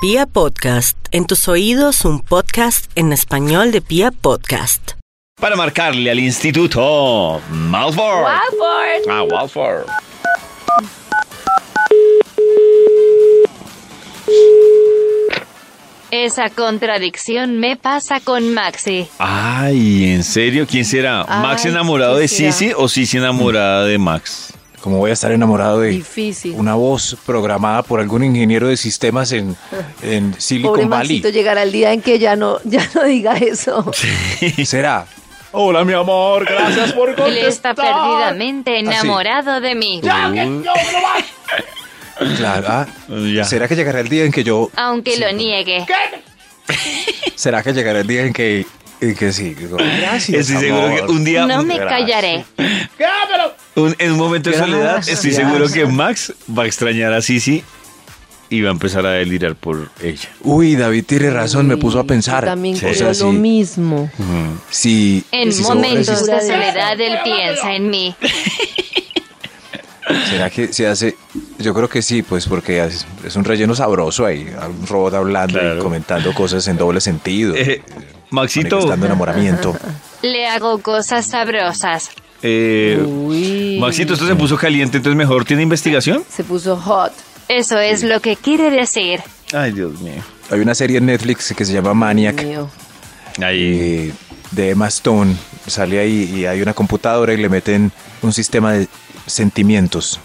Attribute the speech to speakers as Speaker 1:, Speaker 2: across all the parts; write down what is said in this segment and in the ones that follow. Speaker 1: Pia Podcast, en tus oídos un podcast en español de Pia Podcast.
Speaker 2: Para marcarle al instituto Malford.
Speaker 3: Watford.
Speaker 2: Ah, Walford.
Speaker 3: Esa contradicción me pasa con Maxi.
Speaker 2: Ay, ¿en serio? ¿Quién será? ¿Max
Speaker 4: Ay,
Speaker 2: enamorado
Speaker 4: ¿quién
Speaker 2: de
Speaker 4: será?
Speaker 2: Sisi o Sisi enamorada de Max?
Speaker 5: Como voy a estar enamorado de
Speaker 4: Difícil.
Speaker 5: una voz programada por algún ingeniero de sistemas en, en Silicon
Speaker 4: Pobre
Speaker 5: Valley?
Speaker 4: Maxito llegará el día en que ya no, ya no diga eso.
Speaker 5: ¿Será? Hola, mi amor, gracias por
Speaker 3: Él está
Speaker 5: contestar.
Speaker 3: perdidamente
Speaker 5: Así.
Speaker 3: enamorado de mí.
Speaker 5: Claro, ah,
Speaker 2: Ya.
Speaker 5: ¿Será que llegará el día en que yo...
Speaker 4: Ah.
Speaker 3: Aunque
Speaker 5: Sí,
Speaker 3: lo
Speaker 5: no.
Speaker 3: niegue.
Speaker 5: ¿Será que llegará el día en que... en que sí? digo, gracias,
Speaker 2: Estoy seguro
Speaker 5: amor.
Speaker 2: que un día,
Speaker 3: No me
Speaker 5: Gracias.
Speaker 3: callaré.
Speaker 2: un- en un momento de soledad, estoy
Speaker 5: Gracias.
Speaker 2: seguro que Max va a extrañar a Sisi y va a empezar a delirar por ella.
Speaker 5: Uy, David tiene razón, me puso a pensar.
Speaker 4: Yo también
Speaker 5: Sí.
Speaker 4: creo
Speaker 5: O sea,
Speaker 4: lo
Speaker 5: si-
Speaker 4: mismo.
Speaker 5: si-
Speaker 3: En
Speaker 5: si se borra el
Speaker 3: momentos de
Speaker 4: existe-
Speaker 3: soledad él piensa en mí.
Speaker 5: ¿Será que se hace? Yo creo que sí, pues porque es es un relleno sabroso ahí, un robot hablando
Speaker 2: Claro.
Speaker 5: y comentando cosas en doble sentido,
Speaker 2: Eh, Maxito,
Speaker 5: manifestando enamoramiento.
Speaker 3: Le hago cosas sabrosas.
Speaker 2: eh,
Speaker 4: Uy.
Speaker 2: Maxito, esto se puso caliente, entonces mejor tiene investigación.
Speaker 4: Se puso hot.
Speaker 3: Eso es lo que quiere decir.
Speaker 2: Ay, Dios mío.
Speaker 5: Hay una serie en Netflix que se llama Maniac
Speaker 4: Mío.
Speaker 2: Ahí.
Speaker 5: eh, de Emma Stone. Sale ahí y hay una computadora y le meten un sistema de sentimientos.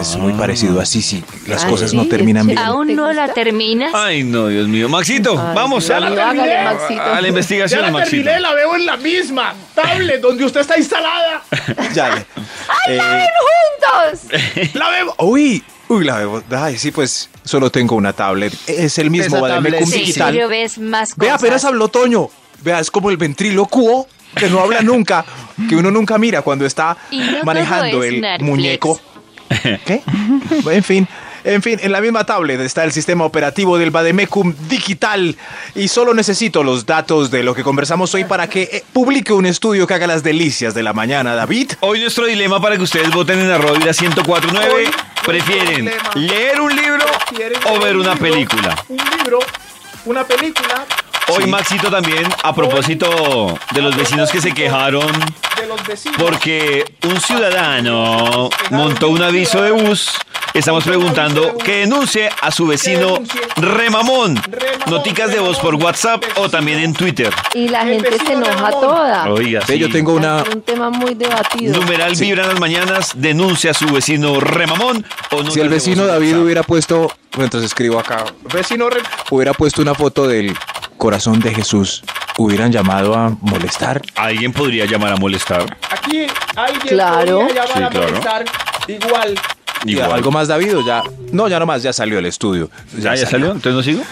Speaker 5: Es muy
Speaker 2: Ah.
Speaker 5: parecido a Sisi. Las
Speaker 4: Ah,
Speaker 5: cosas
Speaker 4: sí,
Speaker 5: no
Speaker 4: es
Speaker 5: terminan bien.
Speaker 4: chévere.
Speaker 3: ¿Aún
Speaker 4: ¿Te
Speaker 3: no la
Speaker 4: gusta?
Speaker 3: terminas?
Speaker 2: Ay, no, Dios mío. Maxito,
Speaker 4: Ay,
Speaker 2: vamos
Speaker 4: Dios
Speaker 2: a, la,
Speaker 4: mío, hágale,
Speaker 2: a-
Speaker 4: Maxito.
Speaker 2: a la investigación,
Speaker 6: Ya la
Speaker 2: Maxito.
Speaker 6: terminé, la veo en la misma tablet donde usted está instalada.
Speaker 5: Ya le- eh,
Speaker 4: ¡Juntos!
Speaker 6: La veo.
Speaker 5: uy, uy, la vemos. Ay, sí, pues solo tengo una tablet. Es el mismo
Speaker 6: Esa
Speaker 5: Bademecum
Speaker 6: tablet, sí,
Speaker 3: Sí,
Speaker 5: digital.
Speaker 3: pero ves más
Speaker 5: Vea,
Speaker 3: cosas.
Speaker 5: apenas habló Toño. Vea, es como el ventrílocuo que no habla nunca, que uno nunca mira cuando está
Speaker 3: Y no todo
Speaker 5: manejando
Speaker 3: es
Speaker 5: el
Speaker 3: Netflix.
Speaker 5: muñeco. ¿Qué? En fin, en fin, en la misma tablet está el sistema operativo del Bademecum digital y solo necesito los datos de lo que conversamos hoy para que eh, publique un estudio que haga las delicias de la mañana, David.
Speaker 2: Hoy nuestro dilema para que ustedes voten en arroba y la 1049. ¿Prefieren
Speaker 6: dilema.
Speaker 2: leer un libro
Speaker 6: ¿Quieren
Speaker 2: o ver
Speaker 6: un
Speaker 2: una
Speaker 6: libro?
Speaker 2: película?
Speaker 6: Un libro, una película
Speaker 2: Hoy Maxito también, a propósito de los vecinos que se quejaron
Speaker 6: de los vecinos.
Speaker 2: porque un ciudadano montó un aviso de bus, estamos preguntando que denuncie a su vecino Remamón. Noticas de voz por WhatsApp o también en Twitter.
Speaker 4: Y la
Speaker 6: El
Speaker 4: gente se
Speaker 6: vecino de
Speaker 4: enoja
Speaker 6: Ramón.
Speaker 4: toda.
Speaker 2: Oiga,
Speaker 5: Ah. Ve, yo
Speaker 2: sí.
Speaker 5: tengo una...
Speaker 4: Es un tema muy debatido.
Speaker 2: Numeral vibra en las mañanas, denuncia a su vecino Remamón o no.
Speaker 5: Si el vecino David hubiera puesto, bueno, entonces escribo acá,
Speaker 6: Vecino, re-
Speaker 5: hubiera puesto una foto del corazón de Jesús, hubieran llamado a molestar.
Speaker 2: Alguien podría llamar a molestar.
Speaker 6: aquí alguien
Speaker 4: Claro.
Speaker 6: podría llamar
Speaker 2: Sí,
Speaker 6: a
Speaker 2: claro.
Speaker 6: molestar igual.
Speaker 2: Igual.
Speaker 5: Ya, ¿Algo más, David? o ya? No, ya nomás, ya salió el estudio.
Speaker 2: Ah, Ya, ya salió, entonces no sigo.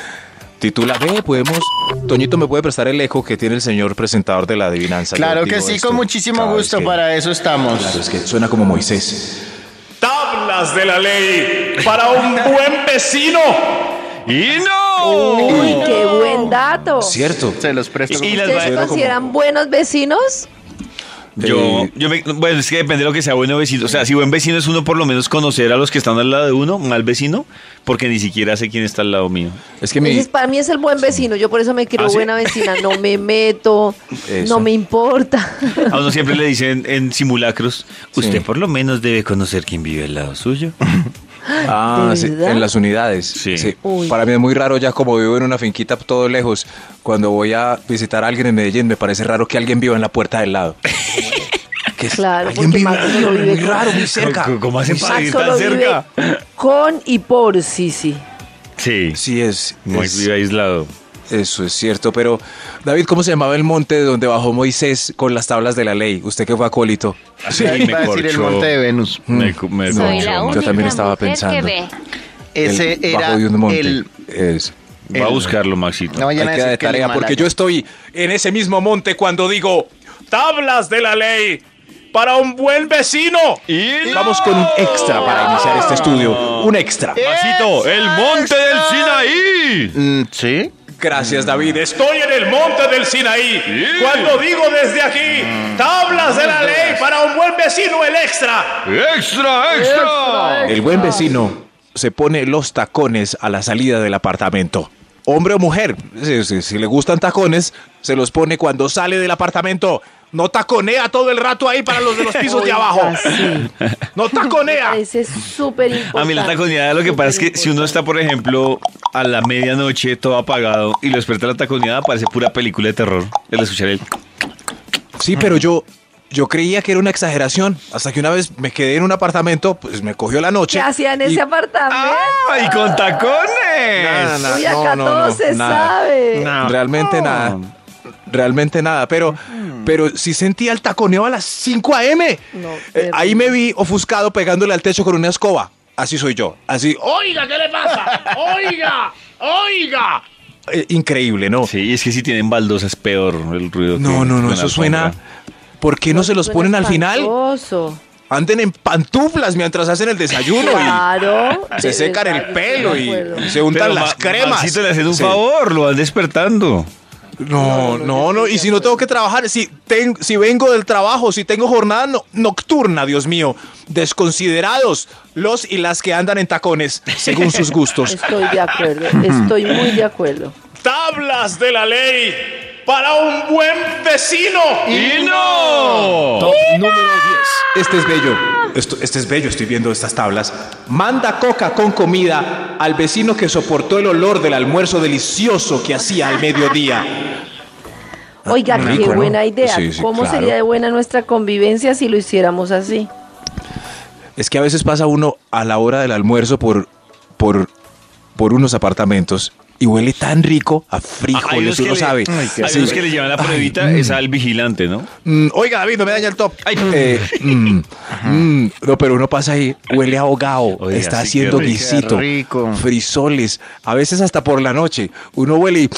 Speaker 5: Titula, ve, podemos... Toñito, ¿me puede prestar el eco que tiene el señor presentador de la adivinanza?
Speaker 7: Claro
Speaker 5: Yo
Speaker 7: que
Speaker 5: digo
Speaker 7: sí,
Speaker 5: esto
Speaker 7: con muchísimo
Speaker 5: cada vez
Speaker 7: gusto,
Speaker 5: que-
Speaker 7: para eso estamos.
Speaker 5: Claro, es que suena como Moisés.
Speaker 6: Tablas de la ley para un buen vecino.
Speaker 2: ¡Y no!
Speaker 4: Uy, qué buen dato.
Speaker 5: Cierto.
Speaker 7: Se los presto.
Speaker 2: Y las
Speaker 4: ¿Ustedes
Speaker 2: va-
Speaker 4: consideran buenos vecinos?
Speaker 2: Yo,
Speaker 5: Eh,
Speaker 2: yo me- bueno, es que depende de lo que sea bueno vecino. O sea, si buen vecino es uno, por lo menos conocer a los que están al lado de uno, mal vecino, porque ni siquiera sé quién está al lado mío.
Speaker 5: Es que mi...
Speaker 4: Entonces, para mí es el buen vecino. Yo por eso me creo
Speaker 2: ¿Ah, sí?
Speaker 4: buena vecina. No me meto.
Speaker 5: Eso.
Speaker 4: No me importa.
Speaker 2: A uno siempre le dicen en simulacros, usted
Speaker 5: Sí.
Speaker 2: por lo menos debe conocer quién vive al lado suyo.
Speaker 5: Ah,
Speaker 4: ¿De
Speaker 5: sí,
Speaker 4: verdad?
Speaker 5: en las unidades.
Speaker 2: Sí.
Speaker 4: Uy.
Speaker 5: Para mí es muy raro ya como vivo en una finquita todo lejos. Cuando voy a visitar a alguien en Medellín me parece raro que alguien viva en la puerta del lado. Que es-
Speaker 4: Claro,
Speaker 5: alguien
Speaker 4: porque
Speaker 5: vive,
Speaker 4: Max solo vive
Speaker 5: muy
Speaker 4: con-
Speaker 5: raro, muy cerca.
Speaker 2: ¿Cómo- cómo hacen
Speaker 5: Muy
Speaker 2: para
Speaker 4: Max
Speaker 2: vivir
Speaker 4: solo
Speaker 2: tan cerca?
Speaker 4: vive con y por Sisi.
Speaker 2: Sí,
Speaker 5: Sí es,
Speaker 2: muy
Speaker 5: es-
Speaker 2: vive aislado.
Speaker 5: eso es cierto, pero David, ¿cómo se llamaba el monte de donde bajó Moisés con las tablas de la ley? Usted que fue acólito.
Speaker 2: Sí,
Speaker 7: Iba a decir el
Speaker 2: corchó.
Speaker 7: monte de Venus. Mm.
Speaker 2: Me, cu- me
Speaker 3: Soy
Speaker 2: corchó.
Speaker 3: la
Speaker 5: yo
Speaker 3: única
Speaker 5: también estaba
Speaker 3: mujer que
Speaker 5: pensando.
Speaker 3: ve.
Speaker 7: Ese
Speaker 5: El-
Speaker 7: era
Speaker 5: bajo de un monte.
Speaker 7: el...
Speaker 5: Es-
Speaker 2: Va a
Speaker 7: el-
Speaker 2: buscarlo, Maxito.
Speaker 7: No vayan a
Speaker 5: Ahí queda
Speaker 7: decir
Speaker 5: de
Speaker 7: que el
Speaker 5: tarea, porque
Speaker 7: Himalaya.
Speaker 5: yo estoy en ese mismo monte cuando digo
Speaker 6: Tablas de la ley para un buen vecino.
Speaker 2: Y
Speaker 5: Vamos con un extra para iniciar este estudio. Un extra.
Speaker 2: Maxito, el monte del Sinaí.
Speaker 7: Mm, ¿Sí?
Speaker 5: Gracias, David. Es-
Speaker 6: Estoy en el monte del Sinaí. Cuando digo desde aquí, tablas de la ley para un buen vecino, el extra.
Speaker 2: Extra, extra.
Speaker 5: El buen vecino se pone los tacones a la salida del apartamento. hombre o mujer, si, si- si le gustan tacones, se los pone cuando sale del apartamento. No taconea todo el rato ahí para los de los pisos de
Speaker 4: Oiga,
Speaker 5: abajo.
Speaker 4: sí.
Speaker 5: No
Speaker 4: Me
Speaker 5: taconea.
Speaker 4: parece súper importante.
Speaker 2: A mí la taconeada lo que pasa es que si uno está, por ejemplo, a la medianoche todo apagado y lo despierta la taconeada, parece pura película de terror. El escuchar el...
Speaker 5: Sí, pero yo, yo creía que era una exageración. Hasta que una vez me quedé en un apartamento, pues me cogió la noche.
Speaker 4: ¿Qué hacía en ese
Speaker 5: y-
Speaker 4: apartamento?
Speaker 2: ¡Ay, con tacones!
Speaker 5: Nada, nada,
Speaker 4: Uy, acá
Speaker 5: Ah, no, no,
Speaker 4: todo
Speaker 5: no,
Speaker 4: se
Speaker 5: nada.
Speaker 4: sabe.
Speaker 2: No.
Speaker 5: Realmente nada. Realmente nada. Pero, pero sí sentía el taconeo a las 5 a.m.
Speaker 4: No,
Speaker 5: Eh,
Speaker 4: terrible.
Speaker 5: ahí me vi ofuscado pegándole al techo con una escoba. Así soy yo. Así.
Speaker 6: Oiga, ¿qué le pasa? Oiga, oiga.
Speaker 5: eh, increíble, ¿no?
Speaker 2: Sí, y es que si tienen baldosas es peor el ruido.
Speaker 5: No,
Speaker 2: que-
Speaker 5: no, no.
Speaker 2: que
Speaker 5: Eso
Speaker 2: la
Speaker 5: suena.
Speaker 2: alfombra.
Speaker 5: ¿Por qué no se los
Speaker 4: Suena
Speaker 5: ponen al final?
Speaker 4: espantoso.
Speaker 5: Anden en pantuflas mientras hacen el desayuno. y-
Speaker 4: Claro.
Speaker 5: Se
Speaker 4: de
Speaker 5: secan
Speaker 4: verdad,
Speaker 5: el
Speaker 4: yo
Speaker 5: pelo
Speaker 4: estoy de
Speaker 5: y
Speaker 4: acuerdo.
Speaker 5: se untan
Speaker 2: Pero
Speaker 5: las
Speaker 2: Ma-
Speaker 5: cremas.
Speaker 2: Maxito le hacen un
Speaker 5: Sí.
Speaker 2: favor, lo van despertando.
Speaker 5: No, no, no. Y si no tengo que trabajar, si, ten- si vengo del trabajo, si tengo jornada no- nocturna, Dios mío, desconsiderados los y las que andan en tacones, según sus gustos.
Speaker 4: Estoy de acuerdo. Estoy muy de acuerdo.
Speaker 6: Tablas de la ley para un buen vecino.
Speaker 2: ¡Y no!
Speaker 5: Este es bello. Esto- este es bello, estoy viendo estas tablas. Manda coca con comida al vecino que soportó el olor del almuerzo delicioso que hacía al mediodía.
Speaker 4: Oiga,
Speaker 5: Ah, rico,
Speaker 4: qué
Speaker 5: ¿no?
Speaker 4: buena idea.
Speaker 5: Sí, sí,
Speaker 4: ¿Cómo
Speaker 5: claro.
Speaker 4: sería de buena nuestra convivencia si lo hiciéramos así?
Speaker 5: Es que a veces pasa uno a la hora del almuerzo por, por, por unos apartamentos y huele tan rico a frijoles, uno
Speaker 2: le,
Speaker 5: sabe.
Speaker 2: hay
Speaker 5: Sí.
Speaker 2: unos que le llevan la pruebita, es al vigilante, ¿no?
Speaker 5: Mm, oiga, David, no me daña el top. Eh, mm, mm, no, pero uno pasa ahí, huele a ahogado,
Speaker 2: Oiga,
Speaker 5: está
Speaker 2: sí,
Speaker 5: haciendo
Speaker 2: qué rico.
Speaker 5: guisito, frisoles, a veces hasta por la noche. Uno huele y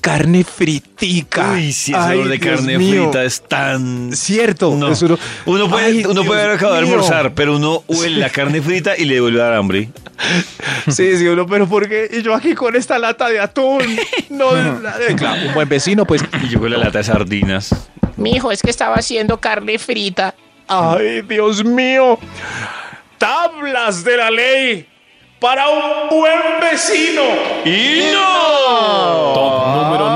Speaker 5: carne fritica.
Speaker 2: Uy, sí, ese
Speaker 5: Ay,
Speaker 2: olor de
Speaker 5: Dios
Speaker 2: carne
Speaker 5: mío.
Speaker 2: frita es tan...
Speaker 5: Cierto,
Speaker 2: No.
Speaker 5: es uno-
Speaker 2: Uno puede,
Speaker 5: Ay,
Speaker 2: uno puede
Speaker 5: Dios
Speaker 2: haber acabado de
Speaker 5: mío.
Speaker 2: almorzar, pero uno huele la carne frita y le vuelve a dar hambre.
Speaker 5: Sí, sí, uno, pero ¿por qué? Y yo aquí con esta lata de atún. No, la de- claro, un buen vecino, pues.
Speaker 2: Y yo con la lata de sardinas.
Speaker 7: Mi hijo, es que estaba haciendo carne frita.
Speaker 5: Ay, Dios mío.
Speaker 6: Tablas de la ley para un buen vecino.
Speaker 2: ¡Y no!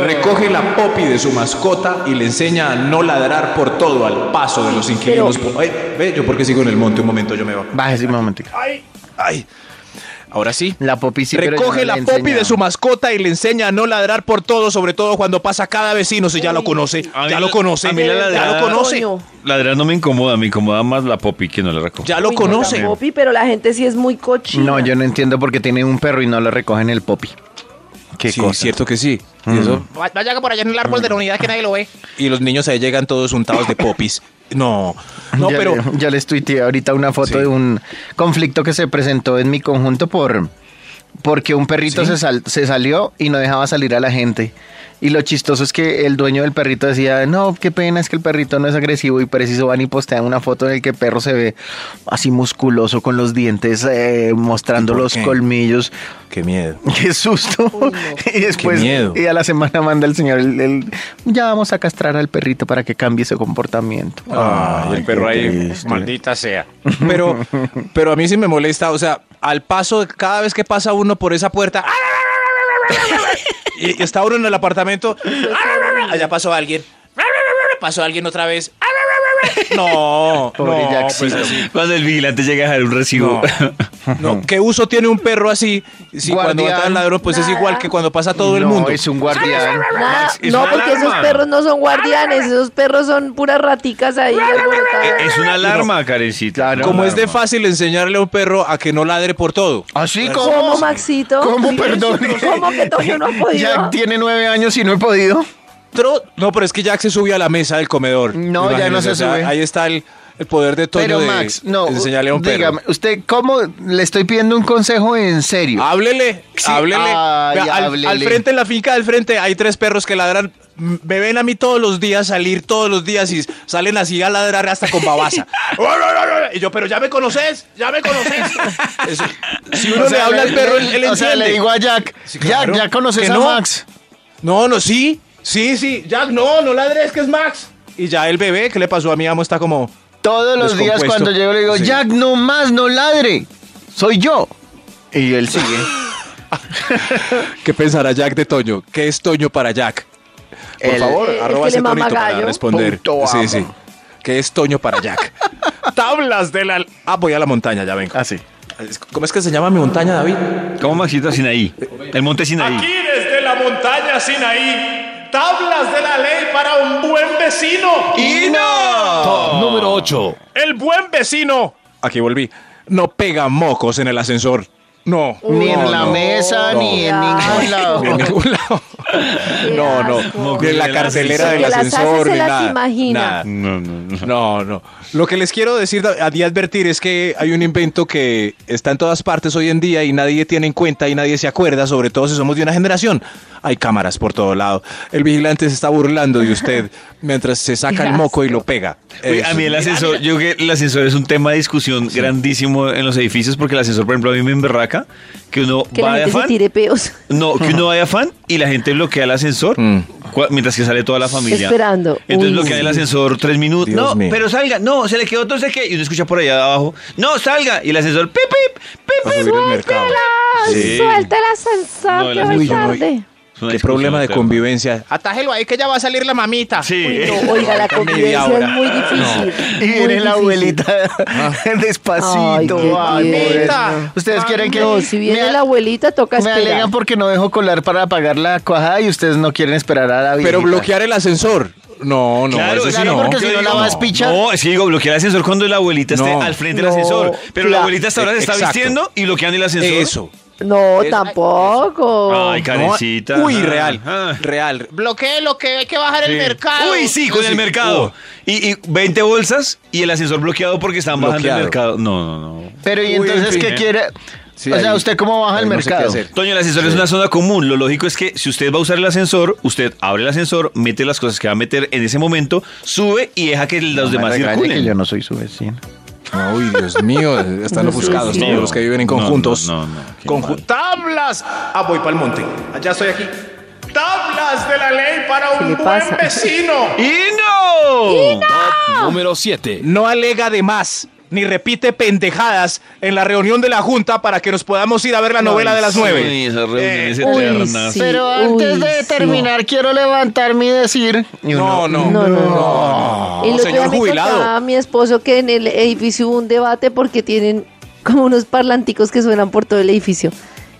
Speaker 5: Recoge la popi de su mascota y le enseña a no ladrar por todo al paso de los inquilinos. Ay, ve, yo porque sigo en el monte, un momento, yo me voy.
Speaker 8: Bájese un momento.
Speaker 6: Ay,
Speaker 5: Ay, ahora sí.
Speaker 8: La popi sí, pero yo
Speaker 5: Recoge
Speaker 8: no
Speaker 5: la
Speaker 8: le he
Speaker 5: popi de
Speaker 8: enseñado.
Speaker 5: su mascota y le enseña a no ladrar por todo, sobre todo cuando pasa cada vecino, si ya lo conoce,
Speaker 2: A mí
Speaker 5: ya
Speaker 2: la-
Speaker 5: lo conoce,
Speaker 2: a mí la
Speaker 5: ya
Speaker 2: ladrada-
Speaker 5: lo conoce,
Speaker 4: Toño,
Speaker 2: Ladrar no me incomoda, me incomoda más la popi que no la recojo.
Speaker 5: ya lo
Speaker 4: uy, no, la
Speaker 5: conoce.
Speaker 4: Popi, pero la gente sí es muy cochina.
Speaker 8: No, yo no entiendo por qué tienen un perro y no le recogen el popi. Qué
Speaker 5: Sí,
Speaker 8: cosa. Mm.
Speaker 5: cierto que sí. Y, eso-
Speaker 7: Va- Vaya por allá en el árbol de la unidad que nadie lo ve.
Speaker 5: y los niños ahí llegan todos untados de popis. No, no,
Speaker 8: ya,
Speaker 5: pero...
Speaker 8: le- ya les tuiteé ahorita una foto
Speaker 5: Sí.
Speaker 8: de un conflicto que se presentó en mi conjunto por porque un perrito
Speaker 5: ¿Sí?
Speaker 8: se, sal- se salió y no dejaba salir a la gente. Y lo chistoso es que el dueño del perrito decía, no, qué pena, es que el perrito no es agresivo y preciso van y postean una foto en el que el perro se ve así musculoso con los dientes eh, mostrando
Speaker 5: ¿Y por
Speaker 8: los
Speaker 5: qué?
Speaker 8: colmillos.
Speaker 5: Qué miedo.
Speaker 8: Qué susto. Y después,
Speaker 5: miedo.
Speaker 8: y a la semana manda el señor, el- el, ya vamos a castrar al perrito para que cambie su comportamiento.
Speaker 5: Ay, el perro ahí,
Speaker 6: maldita sea.
Speaker 5: Pero, pero a mí sí me molesta, o sea, al paso, cada vez que pasa uno por esa puerta, y y está uno en el apartamento, allá pasó alguien, pasó alguien otra vez, no,
Speaker 8: Pobre
Speaker 5: no,
Speaker 8: Jackcito.
Speaker 5: pues así.
Speaker 2: Cuando el vigilante llega a dejar un recibo.
Speaker 5: No, no, ¿qué uso tiene un perro así? Si cuando
Speaker 8: Guardián.
Speaker 5: matan ladrón, pues es
Speaker 4: Nada.
Speaker 5: igual que cuando pasa todo el mundo.
Speaker 8: es un guardián.
Speaker 4: Nada,
Speaker 2: es
Speaker 4: no,
Speaker 2: una
Speaker 4: porque esos
Speaker 2: alarma.
Speaker 4: perros no son guardianes, esos perros son puras raticas ahí. alborotadas.
Speaker 2: es una alarma, Karencita.
Speaker 8: Claro.
Speaker 5: Como es de
Speaker 2: Alarma.
Speaker 5: fácil enseñarle a un perro a que no ladre por todo.
Speaker 8: Así como.
Speaker 4: ¿Cómo, Maxito?
Speaker 8: ¿Cómo, perdón?
Speaker 4: ¿Cómo que Toño no ha podido?
Speaker 8: Jack tiene nueve años y no he podido.
Speaker 5: Tro- No, pero es que Jack se subió a la mesa del comedor.
Speaker 8: No, ya no se
Speaker 5: Imagínense, o sea,
Speaker 8: sube.
Speaker 5: Ahí está el, el poder de Toño
Speaker 8: Pero
Speaker 5: de
Speaker 8: Max, no.
Speaker 5: de enseñarle a un perro.
Speaker 8: dígame, ¿usted cómo le estoy pidiendo un consejo en serio?
Speaker 5: Ah, Háblele,
Speaker 8: Sí,
Speaker 5: háblele.
Speaker 8: ay,
Speaker 5: Vea, al-
Speaker 8: háblele.
Speaker 5: Al, frente, en la finca del frente, hay tres perros que ladran. M- Me ven a mí todos los días salir, todos los días, y salen así a ladrar hasta con babasa. y yo, pero ya me conoces, ya me conoces. Eso. Si uno
Speaker 8: O sea,
Speaker 5: le habla al perro, él, él
Speaker 8: O sea,
Speaker 5: entiende.
Speaker 8: le digo a Jack,
Speaker 5: Sí, claro.
Speaker 8: Jack, ya conoces
Speaker 5: ¿Que
Speaker 8: a
Speaker 5: no?
Speaker 8: Max.
Speaker 5: No, no, sí, sí, sí. Jack, no, no ladres, que es Max. Y ya el bebé, que le pasó a mi amo? Está como...
Speaker 8: Todos los días
Speaker 5: Descompuesto.
Speaker 8: cuando llego le digo,
Speaker 5: Sí.
Speaker 8: Jack, no más, no ladre. Soy yo. Y él sigue.
Speaker 5: ¿Qué pensará Jack de Toño? ¿Qué es Toño para Jack? Por
Speaker 8: El-
Speaker 5: favor,
Speaker 4: El que
Speaker 5: arroba
Speaker 4: le
Speaker 5: ese
Speaker 4: mama
Speaker 5: tonito para
Speaker 4: gallo.
Speaker 5: responder.
Speaker 8: Punto
Speaker 5: sí,
Speaker 8: amo.
Speaker 5: sí. ¿Qué es Toño para Jack? Tablas de la... Ah, voy a la montaña, ya vengo.
Speaker 8: Así.
Speaker 5: ¿Cómo es que se llama mi montaña, David?
Speaker 2: ¿Cómo Maxito Sinaí? El monte Sinaí.
Speaker 6: Aquí desde la montaña Sinaí, tablas de la ley para un buen vecino.
Speaker 2: ¡Y no!
Speaker 9: Número 8.
Speaker 6: El buen vecino.
Speaker 5: Aquí volví. No pega mocos en el ascensor. No.
Speaker 8: Ni
Speaker 5: No,
Speaker 8: en la
Speaker 5: no.
Speaker 8: mesa,
Speaker 5: No.
Speaker 8: ni en
Speaker 4: Ay,
Speaker 8: ningún lado.
Speaker 5: En ningún lado. No, no.
Speaker 4: asco.
Speaker 5: Ni en la cartelera
Speaker 4: Que
Speaker 5: del
Speaker 4: las hace,
Speaker 5: ascensor,
Speaker 4: se
Speaker 5: ni
Speaker 4: las
Speaker 5: nada.
Speaker 4: imagina.
Speaker 5: nada.
Speaker 2: No, no,
Speaker 5: No, no. Lo que les quiero decir da- y advertir es que hay un invento que está en todas partes hoy en día y nadie tiene en cuenta y nadie se acuerda, sobre todo si somos de una generación. Hay cámaras por todo lado. El vigilante se está burlando de usted mientras se saca el moco y lo pega.
Speaker 2: Oye,
Speaker 5: Eso.
Speaker 2: a mí el ascensor, yo creo que el ascensor es un tema de discusión grandísimo en los edificios porque el ascensor, por ejemplo, a mí me emberraca que uno
Speaker 4: Que
Speaker 2: va
Speaker 4: la
Speaker 2: de
Speaker 4: gente se
Speaker 2: afán.
Speaker 4: tire peos.
Speaker 2: No, que uno vaya afán y la gente bloquea el ascensor
Speaker 5: Mm.
Speaker 2: cua- mientras que sale toda la familia.
Speaker 4: Esperando.
Speaker 2: Entonces
Speaker 4: Uy,
Speaker 2: bloquea el
Speaker 4: sí.
Speaker 2: ascensor tres minutos.
Speaker 5: Dios
Speaker 2: no,
Speaker 5: mío.
Speaker 2: pero salga. No, se le quedó entonces que. Y uno escucha por allá abajo. No, salga. Y el ascensor, pip, pip, pip,
Speaker 5: Para
Speaker 2: pip.
Speaker 5: subir
Speaker 4: Pues,
Speaker 5: el mercado.
Speaker 2: Sí.
Speaker 4: Suelta el
Speaker 2: No,
Speaker 4: ascensor,
Speaker 2: el
Speaker 4: que voy
Speaker 5: Uy, yo no-
Speaker 4: tarde.
Speaker 2: Es una
Speaker 5: Qué
Speaker 2: discusión
Speaker 5: problema de
Speaker 2: eterna.
Speaker 5: convivencia.
Speaker 7: Atájelo ahí que ya va a salir la mamita.
Speaker 2: Sí.
Speaker 8: eh,
Speaker 4: No, oiga, la convivencia es muy difícil.
Speaker 8: Y
Speaker 4: muy
Speaker 8: viene la
Speaker 4: difícil.
Speaker 8: abuelita
Speaker 5: Ah.
Speaker 4: Ay, qué
Speaker 8: despacito. Ay,
Speaker 4: tierno.
Speaker 8: pobre.
Speaker 7: Mamita,
Speaker 8: Ustedes quieren que.
Speaker 4: No, si viene
Speaker 8: me,
Speaker 4: la abuelita, toca
Speaker 8: me
Speaker 4: esperar.
Speaker 8: alegan porque no dejo colar para pagar la cuajada y ustedes no quieren esperar a la vida.
Speaker 5: Pero bloquear el ascensor. No, no,
Speaker 2: Claro,
Speaker 5: eso sí
Speaker 8: claro,
Speaker 5: no.
Speaker 8: porque si
Speaker 2: Yo
Speaker 8: no la
Speaker 2: digo,
Speaker 8: vas pichar.
Speaker 2: No, es que digo, bloquear el ascensor cuando la abuelita
Speaker 5: No.
Speaker 2: esté al frente
Speaker 4: No,
Speaker 2: del ascensor. Pero la
Speaker 4: claro.
Speaker 2: abuelita hasta ahora se está
Speaker 5: Exacto.
Speaker 2: vistiendo y bloquean el ascensor.
Speaker 5: Eso.
Speaker 4: No, tampoco.
Speaker 2: Ay,
Speaker 5: No.
Speaker 2: carecita.
Speaker 5: Uy,
Speaker 2: Ajá.
Speaker 5: real.
Speaker 2: Ajá.
Speaker 5: Real.
Speaker 7: bloquee lo que hay que bajar el
Speaker 2: Sí.
Speaker 7: mercado.
Speaker 2: Uy, sí, con el mercado. Y, y 20 bolsas y el ascensor bloqueado porque están bajando el
Speaker 5: Bloqueado.
Speaker 2: mercado. No, no, no.
Speaker 8: Pero ¿y
Speaker 5: Uy,
Speaker 8: entonces
Speaker 5: en fin,
Speaker 8: qué
Speaker 5: eh.
Speaker 8: quiere?
Speaker 5: Sí,
Speaker 8: o sea,
Speaker 5: ahí-
Speaker 8: ¿usted cómo baja
Speaker 5: ahí
Speaker 8: el
Speaker 5: no sé qué
Speaker 8: mercado?
Speaker 5: hacer.
Speaker 2: Toño, el ascensor es una zona común. Lo lógico es que si usted va a usar el ascensor, usted abre el ascensor, mete las cosas que va a meter en ese momento, sube y deja que los
Speaker 8: No me
Speaker 2: demás
Speaker 8: regañe
Speaker 2: circulen.
Speaker 8: que yo no soy su vecino.
Speaker 5: Uy, Dios mío, están
Speaker 4: No,
Speaker 5: ofuscados
Speaker 4: sí, sí.
Speaker 5: todos los que viven en
Speaker 2: No, no,
Speaker 5: conjuntos.
Speaker 2: no, no, qué
Speaker 5: Conju-
Speaker 2: mal.
Speaker 5: ¡Tablas! Ah, voy para el monte. Allá estoy aquí.
Speaker 6: Tablas de la ley para
Speaker 4: ¿Qué
Speaker 6: un
Speaker 4: le
Speaker 6: buen
Speaker 4: pasa?
Speaker 6: vecino.
Speaker 2: ¡Y no!
Speaker 9: Número 7.
Speaker 5: No alega de más, ni repite pendejadas en la reunión de la Junta para que nos podamos ir a ver la novela de las nueve.
Speaker 2: Uy, esas reuniones
Speaker 4: uy,
Speaker 2: eternas.
Speaker 4: sí.
Speaker 8: Pero antes
Speaker 4: uy,
Speaker 8: de
Speaker 4: sí.
Speaker 8: terminar, quiero levantarme y decir. y
Speaker 5: No,
Speaker 8: uno-
Speaker 5: no.
Speaker 4: No, no, no. El otro día
Speaker 5: Ah, Señor
Speaker 4: me contaba
Speaker 5: jubilado.
Speaker 4: mi esposo que en el edificio hubo un debate porque tienen como unos parlanticos que suenan por todo el edificio.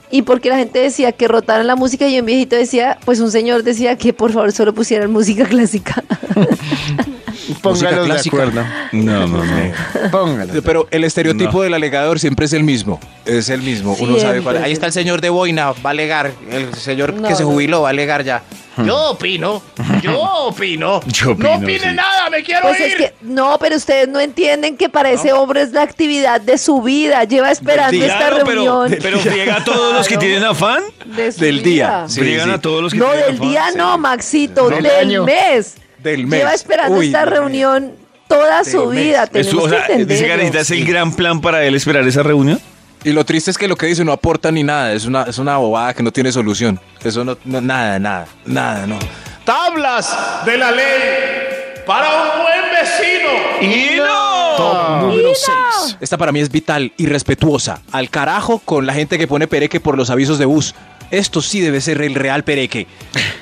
Speaker 4: Y porque la gente decía que rotaran la música y un viejito decía, pues un señor decía que por favor solo pusieran música clásica.
Speaker 5: Música
Speaker 8: Póngalos de
Speaker 5: clásica.
Speaker 8: acuerdo.
Speaker 2: No, no, no.
Speaker 8: Póngalos.
Speaker 5: Pero el estereotipo
Speaker 2: No.
Speaker 5: del alegador siempre es el mismo. Es el mismo. Uno sabe cuál
Speaker 4: Siempre.
Speaker 7: Ahí está el señor de Boina, va a alegar. El señor
Speaker 4: No,
Speaker 7: que se
Speaker 4: no.
Speaker 7: jubiló va a alegar ya. Yo opino, yo opino.
Speaker 2: Hmm. Yo
Speaker 7: no
Speaker 2: opino,
Speaker 7: opine
Speaker 2: sí.
Speaker 7: nada, me quiero
Speaker 4: Pues
Speaker 7: ir.
Speaker 4: es que, no, pero ustedes no entienden que para ese hombre es la actividad de su vida. Lleva esperando
Speaker 5: día.
Speaker 4: esta
Speaker 2: Claro, pero,
Speaker 4: reunión.
Speaker 2: pero friega a todos los que
Speaker 4: Claro.
Speaker 2: tienen afán.
Speaker 4: de su
Speaker 5: Del día.
Speaker 4: vida.
Speaker 5: Sí,
Speaker 2: friegan
Speaker 5: sí.
Speaker 2: a todos los que
Speaker 4: No,
Speaker 2: tienen
Speaker 4: del
Speaker 2: afán.
Speaker 4: día no, Maxito,
Speaker 8: Del
Speaker 4: del,
Speaker 8: año.
Speaker 4: mes.
Speaker 5: Del mes.
Speaker 4: Lleva esperando
Speaker 5: Uy,
Speaker 4: esta
Speaker 5: Dios mío.
Speaker 4: reunión toda su
Speaker 5: mes.
Speaker 4: vida.
Speaker 2: Es
Speaker 4: Tenemos
Speaker 2: su- o sea,
Speaker 4: que
Speaker 2: dice
Speaker 4: entenderlo.
Speaker 2: Karencita, ¿es el gran plan para él esperar esa reunión?
Speaker 5: Y lo triste es que lo que dice no aporta ni nada. Es una, es una bobada que no tiene solución. Eso no, no- nada, nada, nada, no.
Speaker 6: Tablas de la ley para un buen
Speaker 2: ¡Y
Speaker 6: vecino.
Speaker 2: no!
Speaker 9: Número 6.
Speaker 5: Esta para mí es vital y respetuosa. Al carajo con la gente que pone pereque por los avisos de bus. Esto sí debe ser el real pereque.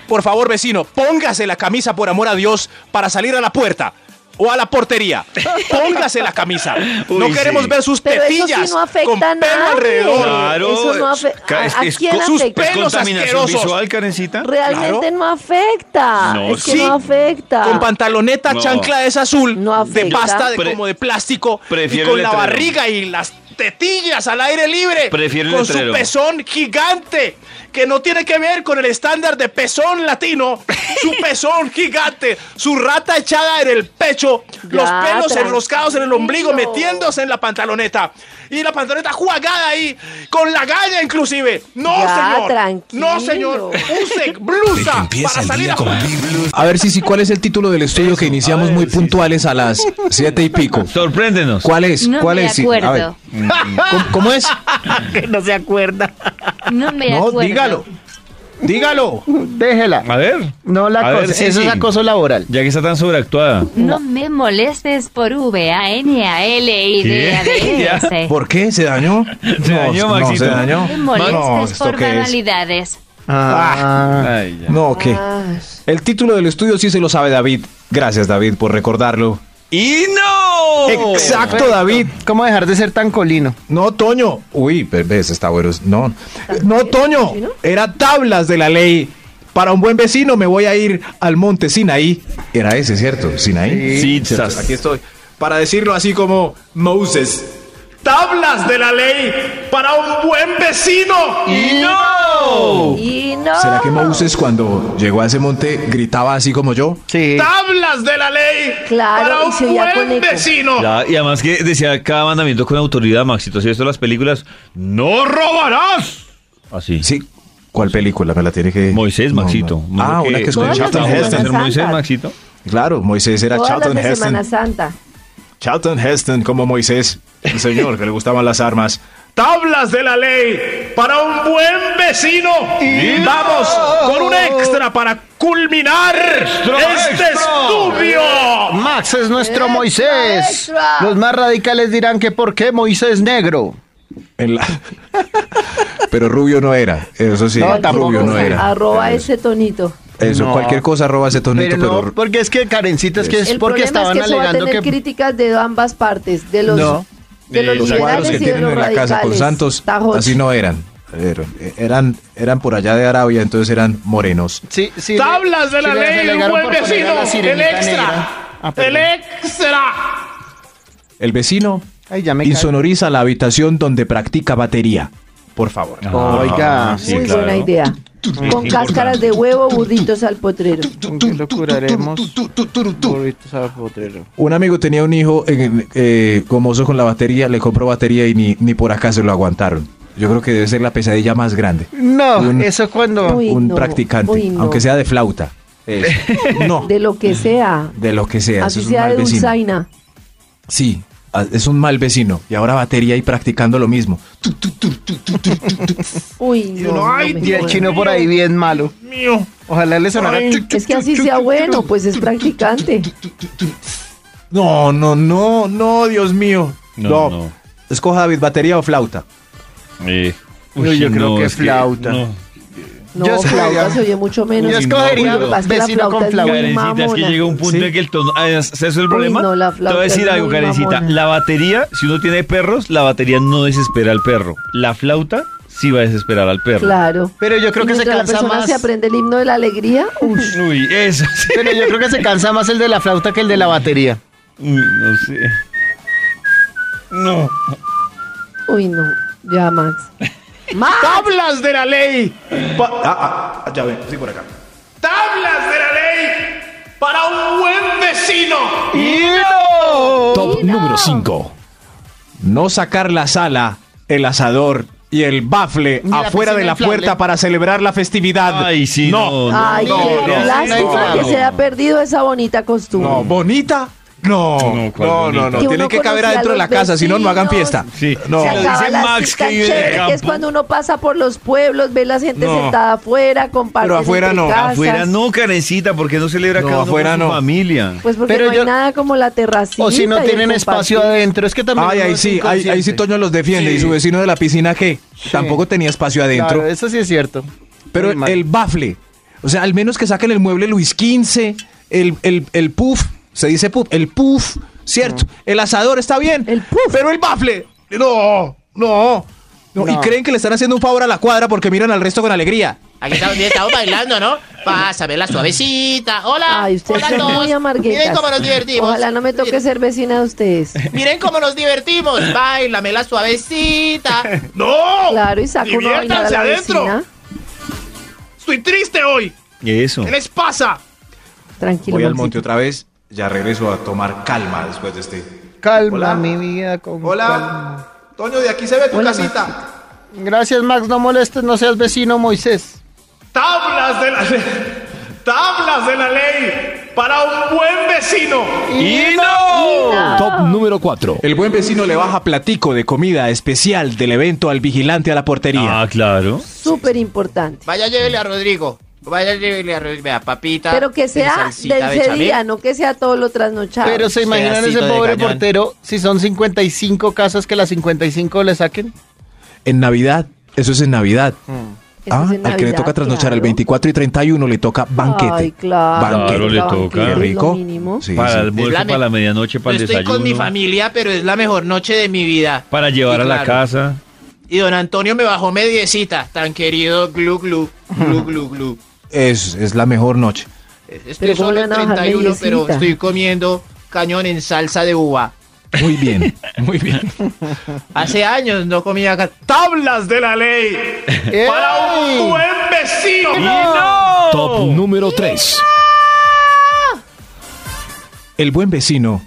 Speaker 5: Por favor, vecino, póngase la camisa por amor a Dios para salir a la puerta o a la portería. Póngase la camisa. no
Speaker 2: Uy,
Speaker 5: queremos
Speaker 2: sí.
Speaker 5: ver sus
Speaker 4: Pero eso
Speaker 5: tetillas
Speaker 4: sí no
Speaker 5: con
Speaker 4: afecta a
Speaker 5: pelo
Speaker 4: nadie.
Speaker 5: alrededor.
Speaker 2: Claro.
Speaker 4: Eso no afe-
Speaker 2: Ca-
Speaker 4: ¿A-
Speaker 2: es-
Speaker 4: a
Speaker 2: es
Speaker 4: quién
Speaker 2: co- sus
Speaker 4: afecta?
Speaker 2: ¿Es
Speaker 6: pelos
Speaker 2: contaminación
Speaker 6: asquerosos.
Speaker 2: visual, Karencita?
Speaker 4: Realmente
Speaker 5: Claro.
Speaker 4: no afecta.
Speaker 2: No,
Speaker 4: es que
Speaker 2: sí.
Speaker 4: no afecta.
Speaker 5: Con pantaloneta,
Speaker 2: No.
Speaker 5: chancla es azul,
Speaker 4: Ah. No
Speaker 5: de
Speaker 4: afecta.
Speaker 5: pasta, de,
Speaker 2: Pre-
Speaker 5: como de plástico, y
Speaker 2: prefiero
Speaker 5: con
Speaker 2: el
Speaker 5: la
Speaker 2: letrero.
Speaker 5: barriga y las tetillas al aire libre,
Speaker 2: Prefiero el
Speaker 5: con su
Speaker 2: letrero.
Speaker 5: pezón gigante, que no tiene que ver con el estándar de pezón latino, su pezón gigante, su rata echada en el pecho, los
Speaker 4: Ya,
Speaker 5: pelos enroscados en el ombligo,
Speaker 4: tranquilo.
Speaker 5: metiéndose en la pantaloneta, y la pantaloneta jugada ahí, con la galla inclusive. No,
Speaker 4: Ya,
Speaker 5: señor. No,
Speaker 4: tranquilo.
Speaker 5: señor. Use blusa para salir a jugar.
Speaker 10: A ver, Sisi, ¿cuál es el título del estudio que iniciamos muy puntuales a las siete y pico?
Speaker 2: Sorpréndenos.
Speaker 10: ¿Cuál es?
Speaker 3: No
Speaker 10: ¿Cuál
Speaker 3: me
Speaker 10: es? Sisi? A ver,
Speaker 3: acuerdo.
Speaker 10: ¿cómo, cómo es?
Speaker 3: No me
Speaker 10: No,
Speaker 3: acuerdo.
Speaker 10: dígalo.
Speaker 5: Dígalo.
Speaker 8: Déjela.
Speaker 2: A ver.
Speaker 8: No la
Speaker 2: A ver,
Speaker 8: cosa.
Speaker 2: sí,
Speaker 8: Eso
Speaker 2: sí.
Speaker 8: es acoso laboral.
Speaker 2: Ya que está tan sobreactuada.
Speaker 3: No me molestes por
Speaker 2: ¿Qué?
Speaker 3: V-A-N-A-L-I-D-A-D-S.
Speaker 5: ¿Por qué? ¿Se dañó?
Speaker 2: Se dañó,
Speaker 5: no,
Speaker 2: Maxito.
Speaker 5: se dañó.
Speaker 3: No me molestes
Speaker 5: ¿esto
Speaker 3: por
Speaker 5: qué es?
Speaker 3: banalidades.
Speaker 8: Ah,
Speaker 2: Ay, ya.
Speaker 5: No, ¿qué?
Speaker 4: Ay.
Speaker 5: El título del estudio sí se lo sabe David. Gracias, David, por recordarlo.
Speaker 2: ¡Y no!
Speaker 5: Exacto, David.
Speaker 8: ¿Cómo dejar de ser tan colino?
Speaker 5: No, Toño. Uy, ves, está bueno. No, no, Toño. Era tablas de la ley. Para un buen vecino me voy a ir al monte Sinaí. Era ese, ¿cierto? Sinaí.
Speaker 2: Sí,
Speaker 5: Cierto,
Speaker 2: sas.
Speaker 5: Aquí estoy. Para decirlo así como Moses.
Speaker 6: Tablas de la ley para un buen vecino.
Speaker 2: ¡Y no!
Speaker 4: Y no.
Speaker 5: ¿Será que Moses cuando llegó a ese monte gritaba así como yo?
Speaker 8: Sí.
Speaker 6: Tablas de la ley
Speaker 4: Claro,
Speaker 6: para
Speaker 4: y se
Speaker 6: un
Speaker 4: oía con
Speaker 6: buen
Speaker 4: eco.
Speaker 6: vecino.
Speaker 2: Ya, y además que decía cada mandamiento con autoridad, Maxito. Si esto las películas, ¡no robarás! Así.
Speaker 5: Sí. ¿Cuál película me la tiene que...?
Speaker 2: Moisés,
Speaker 5: No,
Speaker 2: Maxito.
Speaker 5: no. Ah, una que
Speaker 4: Todas
Speaker 5: escuchaba.
Speaker 4: las de Semana
Speaker 2: Heston.
Speaker 4: Santa.
Speaker 2: Moisés, Maxito.
Speaker 5: Claro, Moisés era
Speaker 4: Todas las
Speaker 5: Charlton
Speaker 4: de
Speaker 5: Heston.
Speaker 4: Semana Santa.
Speaker 5: Charlton Heston como Moisés, el señor que le gustaban las armas.
Speaker 6: Tablas de la ley para un buen vecino. Vamos con un extra para culminar este estudio.
Speaker 8: Max es nuestro Moisés.
Speaker 4: extra.
Speaker 8: Los más radicales dirán que ¿por qué Moisés negro?
Speaker 5: En la- Pero rubio no era, eso sí,
Speaker 8: No, tampoco.
Speaker 5: rubio no era.
Speaker 4: Arroba ese tonito.
Speaker 5: Eso,
Speaker 8: No.
Speaker 5: cualquier cosa roba ese tonito,
Speaker 8: Pero
Speaker 5: pero,
Speaker 8: no, porque es que Karencita es que es
Speaker 4: El
Speaker 8: porque
Speaker 4: problema
Speaker 8: estaban
Speaker 4: es que eso va a
Speaker 8: alegando
Speaker 4: tener
Speaker 8: que
Speaker 4: críticas de ambas partes, de los,
Speaker 8: No.
Speaker 4: de los
Speaker 2: De los
Speaker 5: cuadros
Speaker 4: liberales
Speaker 5: que
Speaker 4: y de
Speaker 5: tienen
Speaker 4: los
Speaker 5: en la casa con
Speaker 4: radicales.
Speaker 5: Santos,
Speaker 4: Tajocho.
Speaker 5: así no eran. Eran, eran, eran por allá de Arabia, entonces eran morenos.
Speaker 8: Sí, sí,
Speaker 6: Tablas de
Speaker 8: sí,
Speaker 6: la
Speaker 8: le- se
Speaker 6: ley, un
Speaker 8: alegaron
Speaker 6: buen
Speaker 8: por poner a
Speaker 6: vecino.
Speaker 8: la
Speaker 6: El
Speaker 8: sirenita
Speaker 6: extra.
Speaker 8: negra. Ah,
Speaker 6: El
Speaker 8: perdón.
Speaker 6: extra.
Speaker 5: El vecino
Speaker 8: Ay, ya me
Speaker 5: insonoriza la habitación donde practica batería. Por favor.
Speaker 8: caí. Oiga,
Speaker 2: Ah, Sí,
Speaker 4: Muy
Speaker 2: claro.
Speaker 4: buena idea. Con cáscaras de huevo, buditos al potrero.
Speaker 8: ¿con qué lo curaremos? Burritos al potrero.
Speaker 5: Un amigo tenía un hijo en- eh, gomoso con la batería, le compró batería y ni, ni por acá se lo aguantaron. Yo creo que debe ser la pesadilla más grande.
Speaker 8: No,
Speaker 5: Un-
Speaker 8: eso cuando
Speaker 4: Uy,
Speaker 5: un
Speaker 4: no,
Speaker 5: practicante,
Speaker 4: uy, no.
Speaker 5: aunque sea de flauta. Eso. no,
Speaker 4: De lo que sea.
Speaker 5: de lo que sea. eso
Speaker 4: Así
Speaker 5: es un
Speaker 4: sea
Speaker 5: mal
Speaker 4: de
Speaker 5: vecino.
Speaker 4: dulzaina.
Speaker 5: Sí, a- es un mal vecino. Y ahora batería y practicando lo mismo. Tu, tu, tu, tu, tu, tu, tu, tu.
Speaker 4: Uy, no.
Speaker 6: uno,
Speaker 4: no
Speaker 6: ay,
Speaker 4: me
Speaker 8: y el
Speaker 4: jodas.
Speaker 8: chino por ahí bien malo.
Speaker 6: Mío.
Speaker 8: Ojalá le sonara.
Speaker 6: Ay.
Speaker 8: chuc, chuc,
Speaker 4: Es que así
Speaker 8: chuc,
Speaker 4: sea
Speaker 8: chuc,
Speaker 4: bueno,
Speaker 8: chuc.
Speaker 4: pues es practicante.
Speaker 5: No, no, no, no, Dios mío.
Speaker 2: No,
Speaker 5: No,
Speaker 2: no.
Speaker 5: Escoja David, batería o flauta.
Speaker 2: Eh,
Speaker 8: Uy, yo creo que flauta.
Speaker 2: no.
Speaker 4: No,
Speaker 8: Yo
Speaker 4: flauta
Speaker 8: escogería-
Speaker 4: se oye mucho menos.
Speaker 8: yo escogería
Speaker 4: Lo que pasa es que la
Speaker 8: vecino
Speaker 4: flauta
Speaker 8: con
Speaker 4: es muy
Speaker 8: flauta.
Speaker 2: Karencita, es que
Speaker 4: mamona.
Speaker 2: llega un punto
Speaker 5: Sí.
Speaker 2: en que el tono. Ah, ¿es- ¿Ese es el problema?
Speaker 4: no, la
Speaker 2: Te voy a
Speaker 4: flauta
Speaker 2: decir
Speaker 4: es
Speaker 2: algo,
Speaker 4: muy
Speaker 2: Karencita.
Speaker 4: mamona.
Speaker 2: La batería, si uno tiene perros, la batería no desespera al perro. La flauta sí va a desesperar al perro.
Speaker 4: Claro.
Speaker 8: Pero yo creo
Speaker 4: Y
Speaker 8: que se
Speaker 4: mientras
Speaker 8: cansa
Speaker 4: la persona
Speaker 8: más.
Speaker 4: se aprende el himno de la alegría, uy,
Speaker 2: Uy, eso sí.
Speaker 8: Pero yo creo que se cansa más el de la flauta que el de la batería.
Speaker 2: Uy, no sé. No.
Speaker 4: uy, no. Ya, Max. Max.
Speaker 6: Tablas de la ley. pa- ah, ah, ya ven, sí por acá. Tablas de la ley para un buen vecino.
Speaker 11: Top número 5.
Speaker 5: No sacar la sala, el asador y el bafle
Speaker 8: Ni la
Speaker 5: afuera de
Speaker 8: piscina
Speaker 5: la
Speaker 8: inflable.
Speaker 5: puerta para celebrar la festividad.
Speaker 2: Ay, sí. No. no.
Speaker 4: Ay,
Speaker 8: no,
Speaker 4: qué
Speaker 8: no,
Speaker 4: lástima
Speaker 8: no,
Speaker 4: que
Speaker 8: no.
Speaker 4: se ha perdido esa bonita costumbre.
Speaker 5: No, bonita. No,
Speaker 2: No,
Speaker 5: no,
Speaker 2: ¿cuál
Speaker 5: no,
Speaker 2: bonita?
Speaker 5: no,
Speaker 4: Que
Speaker 5: Tienen
Speaker 4: uno
Speaker 5: que caber
Speaker 4: conocía
Speaker 5: adentro de
Speaker 4: a
Speaker 5: la
Speaker 4: los
Speaker 5: casa, si no, no hagan
Speaker 4: vecinos.
Speaker 5: fiesta.
Speaker 2: Sí.
Speaker 5: No.
Speaker 4: Se
Speaker 2: Lo
Speaker 4: acaba
Speaker 2: dice
Speaker 4: la
Speaker 2: Max,
Speaker 4: cita
Speaker 2: que vive en el
Speaker 4: chévere, que es
Speaker 2: campo.
Speaker 4: cuando uno pasa por los pueblos, ve la gente
Speaker 5: No.
Speaker 4: sentada afuera, comparte
Speaker 5: Pero afuera no,
Speaker 2: Afuera no, Karencita, porque no celebra
Speaker 5: No,
Speaker 2: cada uno
Speaker 5: afuera
Speaker 2: con su
Speaker 5: no.
Speaker 2: familia.
Speaker 4: Pues porque
Speaker 8: Pero
Speaker 4: no hay
Speaker 8: yo-
Speaker 4: nada como la terracita.
Speaker 8: O si no
Speaker 4: y el
Speaker 8: tienen espacio
Speaker 4: compartir.
Speaker 8: adentro. Es que también.
Speaker 5: Ay,
Speaker 8: uno
Speaker 5: ahí
Speaker 8: es
Speaker 5: sí, ahí, ahí sí
Speaker 8: inconsciente.
Speaker 5: Toño los defiende. ¿Y su vecino de la piscina qué? Tampoco tenía espacio adentro.
Speaker 8: Claro, eso sí es cierto.
Speaker 5: Pero
Speaker 8: Muy mal.
Speaker 5: el bafle, o sea, al menos que saquen el mueble Luis XV, el, el, el puff, se dice puff, el puff, ¿cierto? El asador está bien.
Speaker 4: El puff.
Speaker 5: Pero el bafle, no, no, no, Y
Speaker 8: No.
Speaker 5: creen que le están haciendo un favor a la cuadra porque miran al resto con alegría.
Speaker 7: Aquí estamos, bien, estamos bailando, ¿no? Pásame la suavecita. Hola.
Speaker 4: Ay, ustedes
Speaker 7: hola a
Speaker 4: son
Speaker 7: todos.
Speaker 4: muy amarguetas.
Speaker 7: Miren cómo nos divertimos.
Speaker 4: Ojalá no me toque ser vecina de ustedes.
Speaker 7: Miren cómo nos divertimos. Báilame la suavecita.
Speaker 6: No.
Speaker 4: Claro, y saco una vaina de
Speaker 6: Diviértanse
Speaker 4: la
Speaker 6: adentro.
Speaker 4: vecina.
Speaker 6: Estoy triste hoy.
Speaker 2: Eso.
Speaker 6: ¿Qué les pasa?
Speaker 4: Tranquilo, Maxito.
Speaker 5: otra vez, ya regreso a tomar calma después de este.
Speaker 8: Calma,
Speaker 5: Hola.
Speaker 8: mi vida. Con calma.
Speaker 5: Toño, de aquí se ve tu
Speaker 4: Hola,
Speaker 5: casita.
Speaker 8: Gracias, Max. No molestes, no seas vecino, Moisés.
Speaker 6: Tablas de la ley. Tablas de la ley
Speaker 12: para un buen vecino.
Speaker 2: ¡Y no!
Speaker 13: Oh. Top número 4.
Speaker 14: El buen vecino le baja platico de comida especial del evento al vigilante a la portería.
Speaker 2: Ah, claro.
Speaker 4: Súper importante.
Speaker 7: Vaya, llévele a Rodrigo. Vaya, llévele a Rodrigo. Vea, papita.
Speaker 4: Pero que sea
Speaker 7: salsita
Speaker 4: del
Speaker 7: de
Speaker 4: ese
Speaker 7: bechamel.
Speaker 4: día, no que sea todo lo trasnochado.
Speaker 8: Pero se imaginan ese
Speaker 7: Pedacito de
Speaker 8: pobre
Speaker 7: cañón.
Speaker 8: portero si son 55 casas que las 55 le saquen.
Speaker 5: En Navidad, eso es en Navidad.
Speaker 4: Eso
Speaker 5: Ah,
Speaker 4: es en
Speaker 5: al que le
Speaker 4: Navidad,
Speaker 5: toca trasnochar el
Speaker 4: claro.
Speaker 5: 24 y 31 le toca banquete.
Speaker 4: Ay, claro.
Speaker 5: Banquete.
Speaker 2: Claro, le toca.
Speaker 5: Qué
Speaker 4: es lo
Speaker 5: rico.
Speaker 4: mínimo.
Speaker 5: Sí,
Speaker 2: para
Speaker 5: sí.
Speaker 2: el almuerzo,
Speaker 7: Blame.
Speaker 2: para la medianoche,
Speaker 7: No
Speaker 2: para el
Speaker 7: estoy
Speaker 2: desayuno.
Speaker 7: con mi familia, pero es la mejor noche de mi vida.
Speaker 2: Para llevar
Speaker 7: Y
Speaker 2: a la
Speaker 7: claro,
Speaker 2: casa.
Speaker 7: Y don Antonio me bajó mediecita, tan querido glu glu, glu glu glu.
Speaker 5: Es, es la mejor noche.
Speaker 7: Estoy
Speaker 4: Pero ¿cómo
Speaker 7: solo
Speaker 4: le
Speaker 7: en
Speaker 4: van a bajar
Speaker 7: 31, pero
Speaker 4: mediecita?
Speaker 7: estoy comiendo cañón en salsa de uva.
Speaker 5: Muy bien, muy bien.
Speaker 7: Hace años no comía ca-
Speaker 12: Tablas de la ley para un buen vecino.
Speaker 13: Top número 3.
Speaker 5: El buen vecino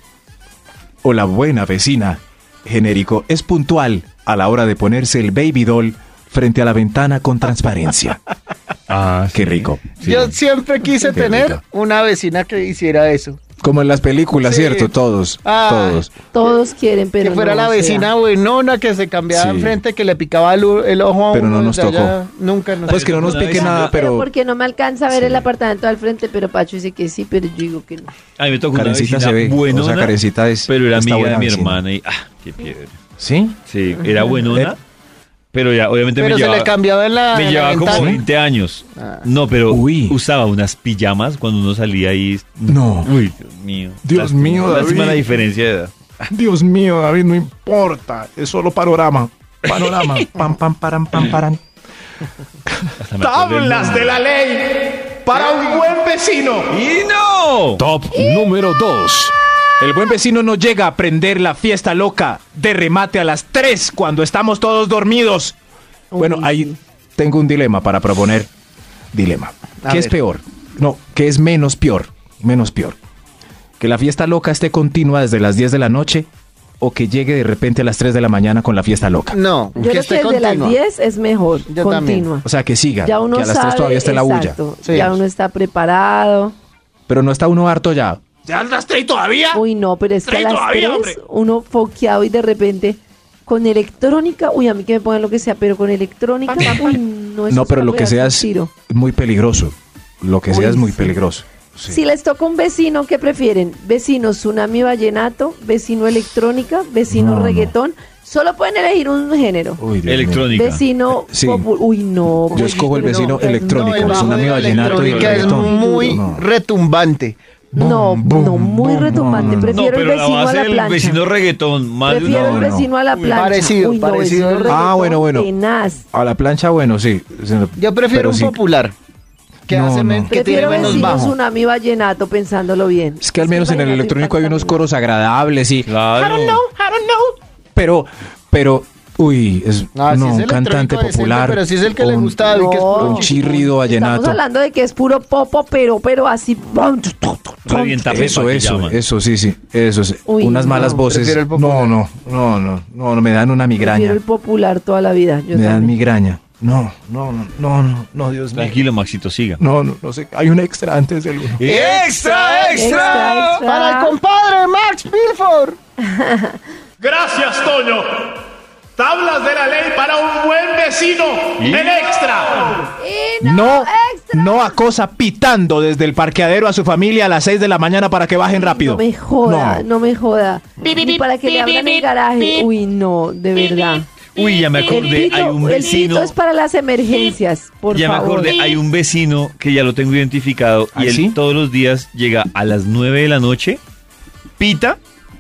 Speaker 5: o la buena vecina, genérico, es puntual a la hora de ponerse el baby doll frente a la ventana con transparencia.
Speaker 2: Ah,
Speaker 5: Qué rico.
Speaker 8: Yo siempre quise
Speaker 5: Qué
Speaker 8: tener
Speaker 5: rico.
Speaker 8: una vecina que hiciera eso.
Speaker 5: Como en las películas,
Speaker 8: Sí.
Speaker 5: ¿cierto? Todos,
Speaker 8: Ah.
Speaker 5: todos.
Speaker 4: Todos quieren, pero
Speaker 8: que fuera
Speaker 4: no
Speaker 8: la
Speaker 4: se
Speaker 8: vecina
Speaker 4: da.
Speaker 8: buenona que se cambiaba
Speaker 5: Sí.
Speaker 8: enfrente, que le picaba el, u- el ojo a
Speaker 5: Pero
Speaker 8: uno
Speaker 5: no nos
Speaker 8: desde
Speaker 5: tocó.
Speaker 8: allá. Nunca nos
Speaker 5: Pues que no nos pique nada, pero
Speaker 4: porque no me alcanza a ver el apartamento al frente, pero Pacho dice que sí, pero yo digo que no.
Speaker 2: A mí me tocó una
Speaker 5: Karencita
Speaker 2: vecina
Speaker 5: se ve.
Speaker 2: buenona,
Speaker 5: O sea, Karencita es
Speaker 2: pero era
Speaker 5: está
Speaker 2: amiga de
Speaker 5: buena
Speaker 2: mi
Speaker 5: vecina.
Speaker 2: hermana y ah, qué piedra.
Speaker 5: ¿Sí?
Speaker 2: Sí, era buenona, pero ya obviamente
Speaker 8: Eh. Pero
Speaker 2: me
Speaker 8: se
Speaker 2: llevaba
Speaker 8: le cambiaba en la,
Speaker 2: me
Speaker 8: en la
Speaker 2: llevaba como
Speaker 8: ventana.
Speaker 2: 20 años.
Speaker 8: Ah.
Speaker 2: No, pero
Speaker 5: Uy.
Speaker 2: usaba unas pijamas cuando uno salía ahí.
Speaker 5: No.
Speaker 2: Uy, Dios mío.
Speaker 5: Dios
Speaker 2: Las-
Speaker 5: mío,
Speaker 2: Lástima
Speaker 5: David.
Speaker 2: la diferencia de edad.
Speaker 5: Dios mío, David, no importa. Es solo panorama. Panorama. Pam, pam, param, pam, param.
Speaker 2: Hasta me acuerdo el
Speaker 12: Tablas
Speaker 2: nombre.
Speaker 12: de la ley para un buen vecino.
Speaker 2: ¡Y no!
Speaker 13: Top número 2.
Speaker 14: El buen vecino no llega a prender la fiesta loca de remate a las 3 cuando estamos todos dormidos.
Speaker 5: Bueno,
Speaker 4: Uy,
Speaker 5: ahí
Speaker 4: sí.
Speaker 5: tengo un dilema para proponer. Dilema.
Speaker 8: A
Speaker 5: ¿Qué es
Speaker 8: ver.
Speaker 5: peor? No, ¿qué es menos peor? Menos peor. Que la fiesta loca esté continua desde las 10 de la noche o que llegue de repente a las 3 de la mañana con la fiesta loca.
Speaker 8: No,
Speaker 4: Yo
Speaker 8: que
Speaker 4: creo que
Speaker 8: esté
Speaker 4: desde las
Speaker 8: continua.
Speaker 4: 10 es mejor,
Speaker 8: Yo también.
Speaker 4: continua.
Speaker 5: O sea, que siga.
Speaker 4: Ya uno
Speaker 5: que a las 3
Speaker 4: sabe,
Speaker 5: todavía esté la bulla.
Speaker 4: exacto,
Speaker 8: Sí.
Speaker 4: Ya uno está preparado.
Speaker 5: Pero no está uno harto ya.
Speaker 12: ¿Ya andas tres todavía?
Speaker 4: Uy, no, pero es que a
Speaker 12: Trae
Speaker 4: las
Speaker 12: todavía,
Speaker 4: 3
Speaker 12: hombre.
Speaker 4: uno foqueado y de repente con electrónica, uy, a mí que me pongan lo que sea, pero con electrónica, uy, no es
Speaker 5: no, pero lo que sea es
Speaker 4: Tiro.
Speaker 5: muy peligroso. Lo que sea
Speaker 4: Uy,
Speaker 5: es muy
Speaker 4: sí.
Speaker 5: peligroso. Sí.
Speaker 4: Si les toca un vecino, ¿qué prefieren? ¿Vecino tsunami vallenato? ¿Vecino electrónica? ¿Vecino
Speaker 5: No, no.
Speaker 4: reggaetón? Solo pueden elegir un género.
Speaker 5: Uy, Dios mío.
Speaker 2: Electrónica.
Speaker 4: Vecino
Speaker 5: Sí.
Speaker 4: popu- Uy, no.
Speaker 5: Yo escojo el
Speaker 4: pero
Speaker 5: vecino
Speaker 4: no, pues,
Speaker 5: electrónico,
Speaker 8: No, el bajo
Speaker 5: tsunami
Speaker 8: de la
Speaker 5: vallenato y
Speaker 8: electrónica es
Speaker 5: reggaetón.
Speaker 8: muy
Speaker 5: No.
Speaker 8: retumbante.
Speaker 4: No,
Speaker 5: Boom, boom,
Speaker 4: no, muy
Speaker 5: boom,
Speaker 4: retumbante.
Speaker 5: boom.
Speaker 2: No,
Speaker 4: Prefiero el
Speaker 2: pero la
Speaker 4: vecino a
Speaker 2: base
Speaker 4: la
Speaker 2: del
Speaker 4: plancha.
Speaker 2: vecino reggaetón, más de una
Speaker 4: Prefiero
Speaker 5: No,
Speaker 4: el
Speaker 5: no.
Speaker 4: vecino a la
Speaker 8: Uy,
Speaker 4: plancha.
Speaker 8: parecido,
Speaker 4: Uy, no,
Speaker 8: parecido.
Speaker 4: vecino
Speaker 5: Ah,
Speaker 4: reggaetón,
Speaker 5: bueno, bueno.
Speaker 4: Tenaz.
Speaker 5: A la plancha, bueno, sí.
Speaker 8: Yo
Speaker 5: Pero
Speaker 8: prefiero un
Speaker 5: sí.
Speaker 8: popular que,
Speaker 5: No,
Speaker 8: hace men-
Speaker 5: no.
Speaker 8: que tiene
Speaker 4: Prefiero
Speaker 8: menos
Speaker 4: vecino
Speaker 8: bajo.
Speaker 4: tsunami vallenato, pensándolo bien.
Speaker 5: Es que al menos en el
Speaker 4: vallenato
Speaker 5: electrónico hay
Speaker 4: impacta
Speaker 5: unos
Speaker 4: mucho.
Speaker 5: coros agradables y...
Speaker 2: Claro.
Speaker 5: Pero, pero, uy, es
Speaker 8: Ah, sí
Speaker 5: no,
Speaker 8: es
Speaker 5: un
Speaker 8: electrónico
Speaker 5: cantante
Speaker 8: decente,
Speaker 5: popular.
Speaker 8: pero sí es el que le
Speaker 5: un-
Speaker 8: gusta a David, que es puro
Speaker 4: No.
Speaker 5: Un chirrido
Speaker 4: Estamos
Speaker 5: vallenato.
Speaker 4: hablando de que es puro popo, pero, pero así.
Speaker 2: Revienta
Speaker 5: Eso,
Speaker 2: pepa, que
Speaker 5: eso,
Speaker 2: llaman.
Speaker 5: eso, sí, sí, eso, sí.
Speaker 4: Uy,
Speaker 5: unas
Speaker 4: no,
Speaker 5: malas voces.
Speaker 8: prefiero el
Speaker 5: No,
Speaker 8: popular.
Speaker 5: no, no, no, no, no, me dan una
Speaker 4: Prefiero
Speaker 5: migraña,
Speaker 4: el popular toda la vida. Yo
Speaker 5: me dan
Speaker 4: también.
Speaker 5: migraña. No, no, no, no, no, no, Dios mío.
Speaker 2: Tranquilo, Maxito, siga.
Speaker 5: No, no, no sé, hay un extra antes del uno.
Speaker 2: ¡Extra,
Speaker 4: Extra, extra.
Speaker 8: Para el compadre Max Pilford.
Speaker 12: Gracias, Toño. Tablas de la ley para un buen vecino. El extra.
Speaker 14: No, no acosa pitando desde el parqueadero a su familia a las 6 de la mañana para que bajen rápido.
Speaker 4: No me joda, no, me joda.
Speaker 3: Pi, pi,
Speaker 4: Ni
Speaker 3: pi,
Speaker 4: para que le
Speaker 3: pi,
Speaker 4: abran
Speaker 3: pi,
Speaker 4: el
Speaker 3: pi,
Speaker 4: garaje.
Speaker 3: pi.
Speaker 4: Uy, no, de verdad.
Speaker 2: Uy, ya me
Speaker 4: El
Speaker 2: acordé, hay un
Speaker 4: pito, el
Speaker 2: vecino.
Speaker 4: pito es para las emergencias, por
Speaker 2: ya
Speaker 4: favor.
Speaker 2: me acordé, hay un vecino que ya lo tengo identificado
Speaker 5: ¿Ah,
Speaker 2: y él
Speaker 5: sí?
Speaker 2: todos los días llega a las 9 de la noche, pita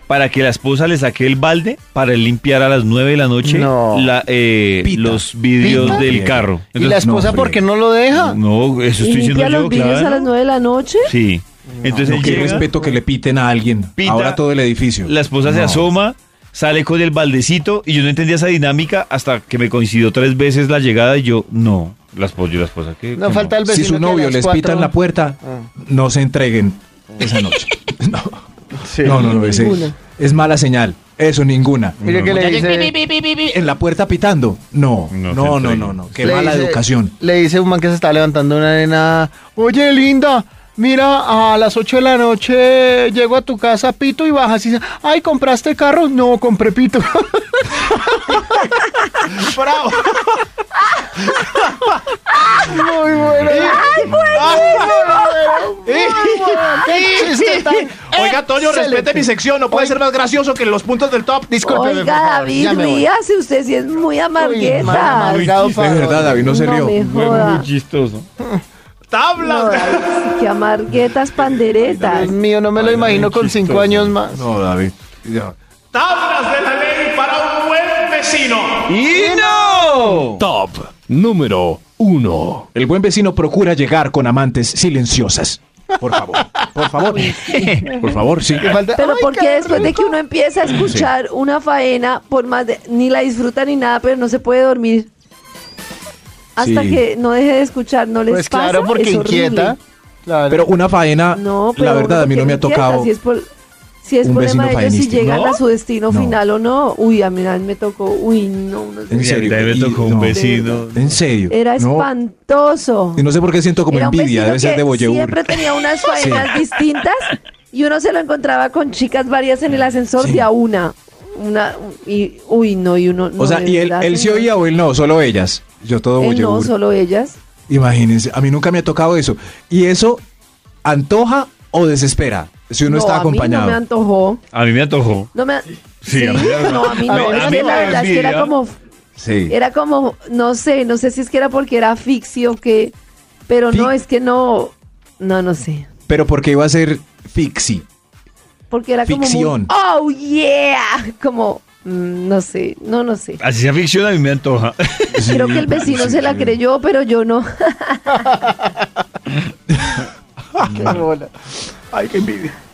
Speaker 2: para que la esposa le saque el balde para él limpiar a las 9 de la noche
Speaker 8: No.
Speaker 2: la, eh,
Speaker 5: Pita.
Speaker 2: los vidrios
Speaker 8: Pita.
Speaker 2: del
Speaker 5: Bien.
Speaker 2: carro.
Speaker 8: ¿Y la
Speaker 2: Entonces,
Speaker 8: esposa
Speaker 5: no,
Speaker 8: por qué no lo deja?
Speaker 2: no, eso
Speaker 4: ¿Y
Speaker 2: estoy diciendo
Speaker 4: limpia los
Speaker 2: yo,
Speaker 4: vidrios a las
Speaker 2: claro.
Speaker 4: 9 de la noche?
Speaker 2: Sí. Entonces
Speaker 5: No,
Speaker 2: él
Speaker 5: qué
Speaker 2: llega,
Speaker 5: respeto que le piten a alguien.
Speaker 2: Pita.
Speaker 5: Ahora todo el edificio.
Speaker 2: la esposa se
Speaker 5: No.
Speaker 2: asoma, sale con el baldecito y yo no entendía esa dinámica hasta que me coincidió tres veces la llegada y yo, no, la esposa, yo la esposa. que
Speaker 8: No falta el
Speaker 5: Si
Speaker 8: vecino.
Speaker 5: su
Speaker 8: que a
Speaker 5: novio
Speaker 8: las
Speaker 5: les pita en
Speaker 8: cuatro-
Speaker 5: la puerta,
Speaker 2: Ah.
Speaker 5: no se entreguen esa noche. No, no, no, no, ese-
Speaker 4: Ninguna.
Speaker 5: es mala señal. Eso, ninguna.
Speaker 8: Mire que le
Speaker 7: Ya llegué,
Speaker 8: dice.
Speaker 7: pi, pi, pi, pi, pi.
Speaker 5: En la puerta pitando. Mm.
Speaker 2: No
Speaker 5: No, no,
Speaker 2: se
Speaker 5: no, no,
Speaker 2: entreguen.
Speaker 5: no, no. Qué
Speaker 8: le
Speaker 5: mala
Speaker 8: dice-
Speaker 5: educación.
Speaker 8: Le dice un man que se está levantando una nena. Oye, linda, Mira, a las 8 de la noche llego a tu casa, pito, y bajas y dices, ay, ¿compraste carro? No, compré pito.
Speaker 7: ¡Bravo!
Speaker 8: Muy bueno.
Speaker 4: ¡Ay,
Speaker 8: ¡Qué chiste tan
Speaker 7: Oiga, Toño, respete
Speaker 8: excelente!
Speaker 7: mi sección. No puede ser más gracioso que los puntos del top.
Speaker 8: Discúlpeme, por
Speaker 4: Oiga,
Speaker 8: favor,
Speaker 4: David,
Speaker 8: ya me voy.
Speaker 4: ríase. Usted sí es muy
Speaker 8: Uy, mal
Speaker 4: amargueta.
Speaker 8: amargado,
Speaker 5: De verdad, David no se
Speaker 4: No
Speaker 5: rió.
Speaker 4: me joda.
Speaker 2: chistoso.
Speaker 7: ¡Tablas!
Speaker 4: No, David, sí, qué amarguetas panderetas.
Speaker 8: Dios mío, no me lo imagino con cinco años más.
Speaker 5: No, David. Ya.
Speaker 15: Tablas de la ley para un buen vecino.
Speaker 16: ¡Y no!
Speaker 17: Top número 1.
Speaker 7: El buen vecino procura llegar con amantes silenciosas. Por favor, por favor. Por favor, sí.
Speaker 8: Te falta-
Speaker 4: Pero
Speaker 8: ¡Ay,
Speaker 4: porque
Speaker 8: qué
Speaker 4: después de que
Speaker 8: rico!
Speaker 4: uno empieza a escuchar una faena, por más de, ni la disfruta ni nada, pero no se puede dormir. Hasta
Speaker 7: Sí.
Speaker 4: que no deje de escuchar, no les
Speaker 8: Pues
Speaker 4: pasa.
Speaker 8: claro, porque
Speaker 4: es horrible.
Speaker 8: inquieta. Claro.
Speaker 5: Pero una faena,
Speaker 4: No, pero
Speaker 5: Ah, la verdad,
Speaker 4: uno
Speaker 5: a mí no me ha
Speaker 4: porque
Speaker 5: tocado.
Speaker 4: inquieta, Si es, por- si es
Speaker 5: un
Speaker 4: problema de
Speaker 5: vecino
Speaker 4: ellos, si
Speaker 5: faenista.
Speaker 4: llegan
Speaker 5: ¿No?
Speaker 4: a su destino
Speaker 5: No.
Speaker 4: final o no. Uy, a mí una vez me tocó. Uy, no. unos-
Speaker 5: En serio.
Speaker 2: Ahí me
Speaker 5: y-
Speaker 2: tocó un
Speaker 5: no,
Speaker 2: vecino.
Speaker 5: En serio.
Speaker 4: Era
Speaker 5: No,
Speaker 4: espantoso.
Speaker 5: Y no sé por qué siento como
Speaker 4: Era un
Speaker 5: envidia,
Speaker 4: vecino
Speaker 5: debe ser
Speaker 4: que
Speaker 5: de
Speaker 4: Siempre
Speaker 5: Boyeur.
Speaker 4: tenía unas faenas distintas y uno se lo encontraba con chicas varias en el ascensor de a una. Una y uy no, y uno no,
Speaker 5: O sea,
Speaker 4: de
Speaker 5: ¿y él,
Speaker 4: verdad,
Speaker 5: él sí
Speaker 4: señor.
Speaker 5: oía o él no? Solo ellas. Yo todo
Speaker 4: Él no,
Speaker 5: Boyeur.
Speaker 4: solo ellas.
Speaker 5: Imagínense, a mí nunca me ha tocado eso. ¿Y eso antoja o desespera si uno
Speaker 4: No,
Speaker 5: está
Speaker 4: a mí
Speaker 5: acompañado?
Speaker 4: no me antojó.
Speaker 2: A mí me antojó.
Speaker 4: No me a-
Speaker 2: Sí, a mí-
Speaker 4: no, a mí
Speaker 2: a
Speaker 4: no,
Speaker 2: mí-
Speaker 4: es
Speaker 2: a
Speaker 4: que
Speaker 2: mí
Speaker 4: la
Speaker 2: me
Speaker 4: verdad es que era
Speaker 2: envidia.
Speaker 4: como
Speaker 5: Sí.
Speaker 4: era como no sé, no sé si es que era porque era asfixio o qué, pero no
Speaker 5: Fi-
Speaker 4: es que no no no sé.
Speaker 5: Pero porque iba a ser fixi.
Speaker 4: Porque era
Speaker 5: Ficción.
Speaker 4: como muy, Oh yeah, como mm, no sé, no no sé.
Speaker 2: Así sea ficción, a mí me antoja.
Speaker 4: Creo que el vecino se la creyó, pero yo no.
Speaker 8: Qué bola.
Speaker 7: Ay, qué envidia.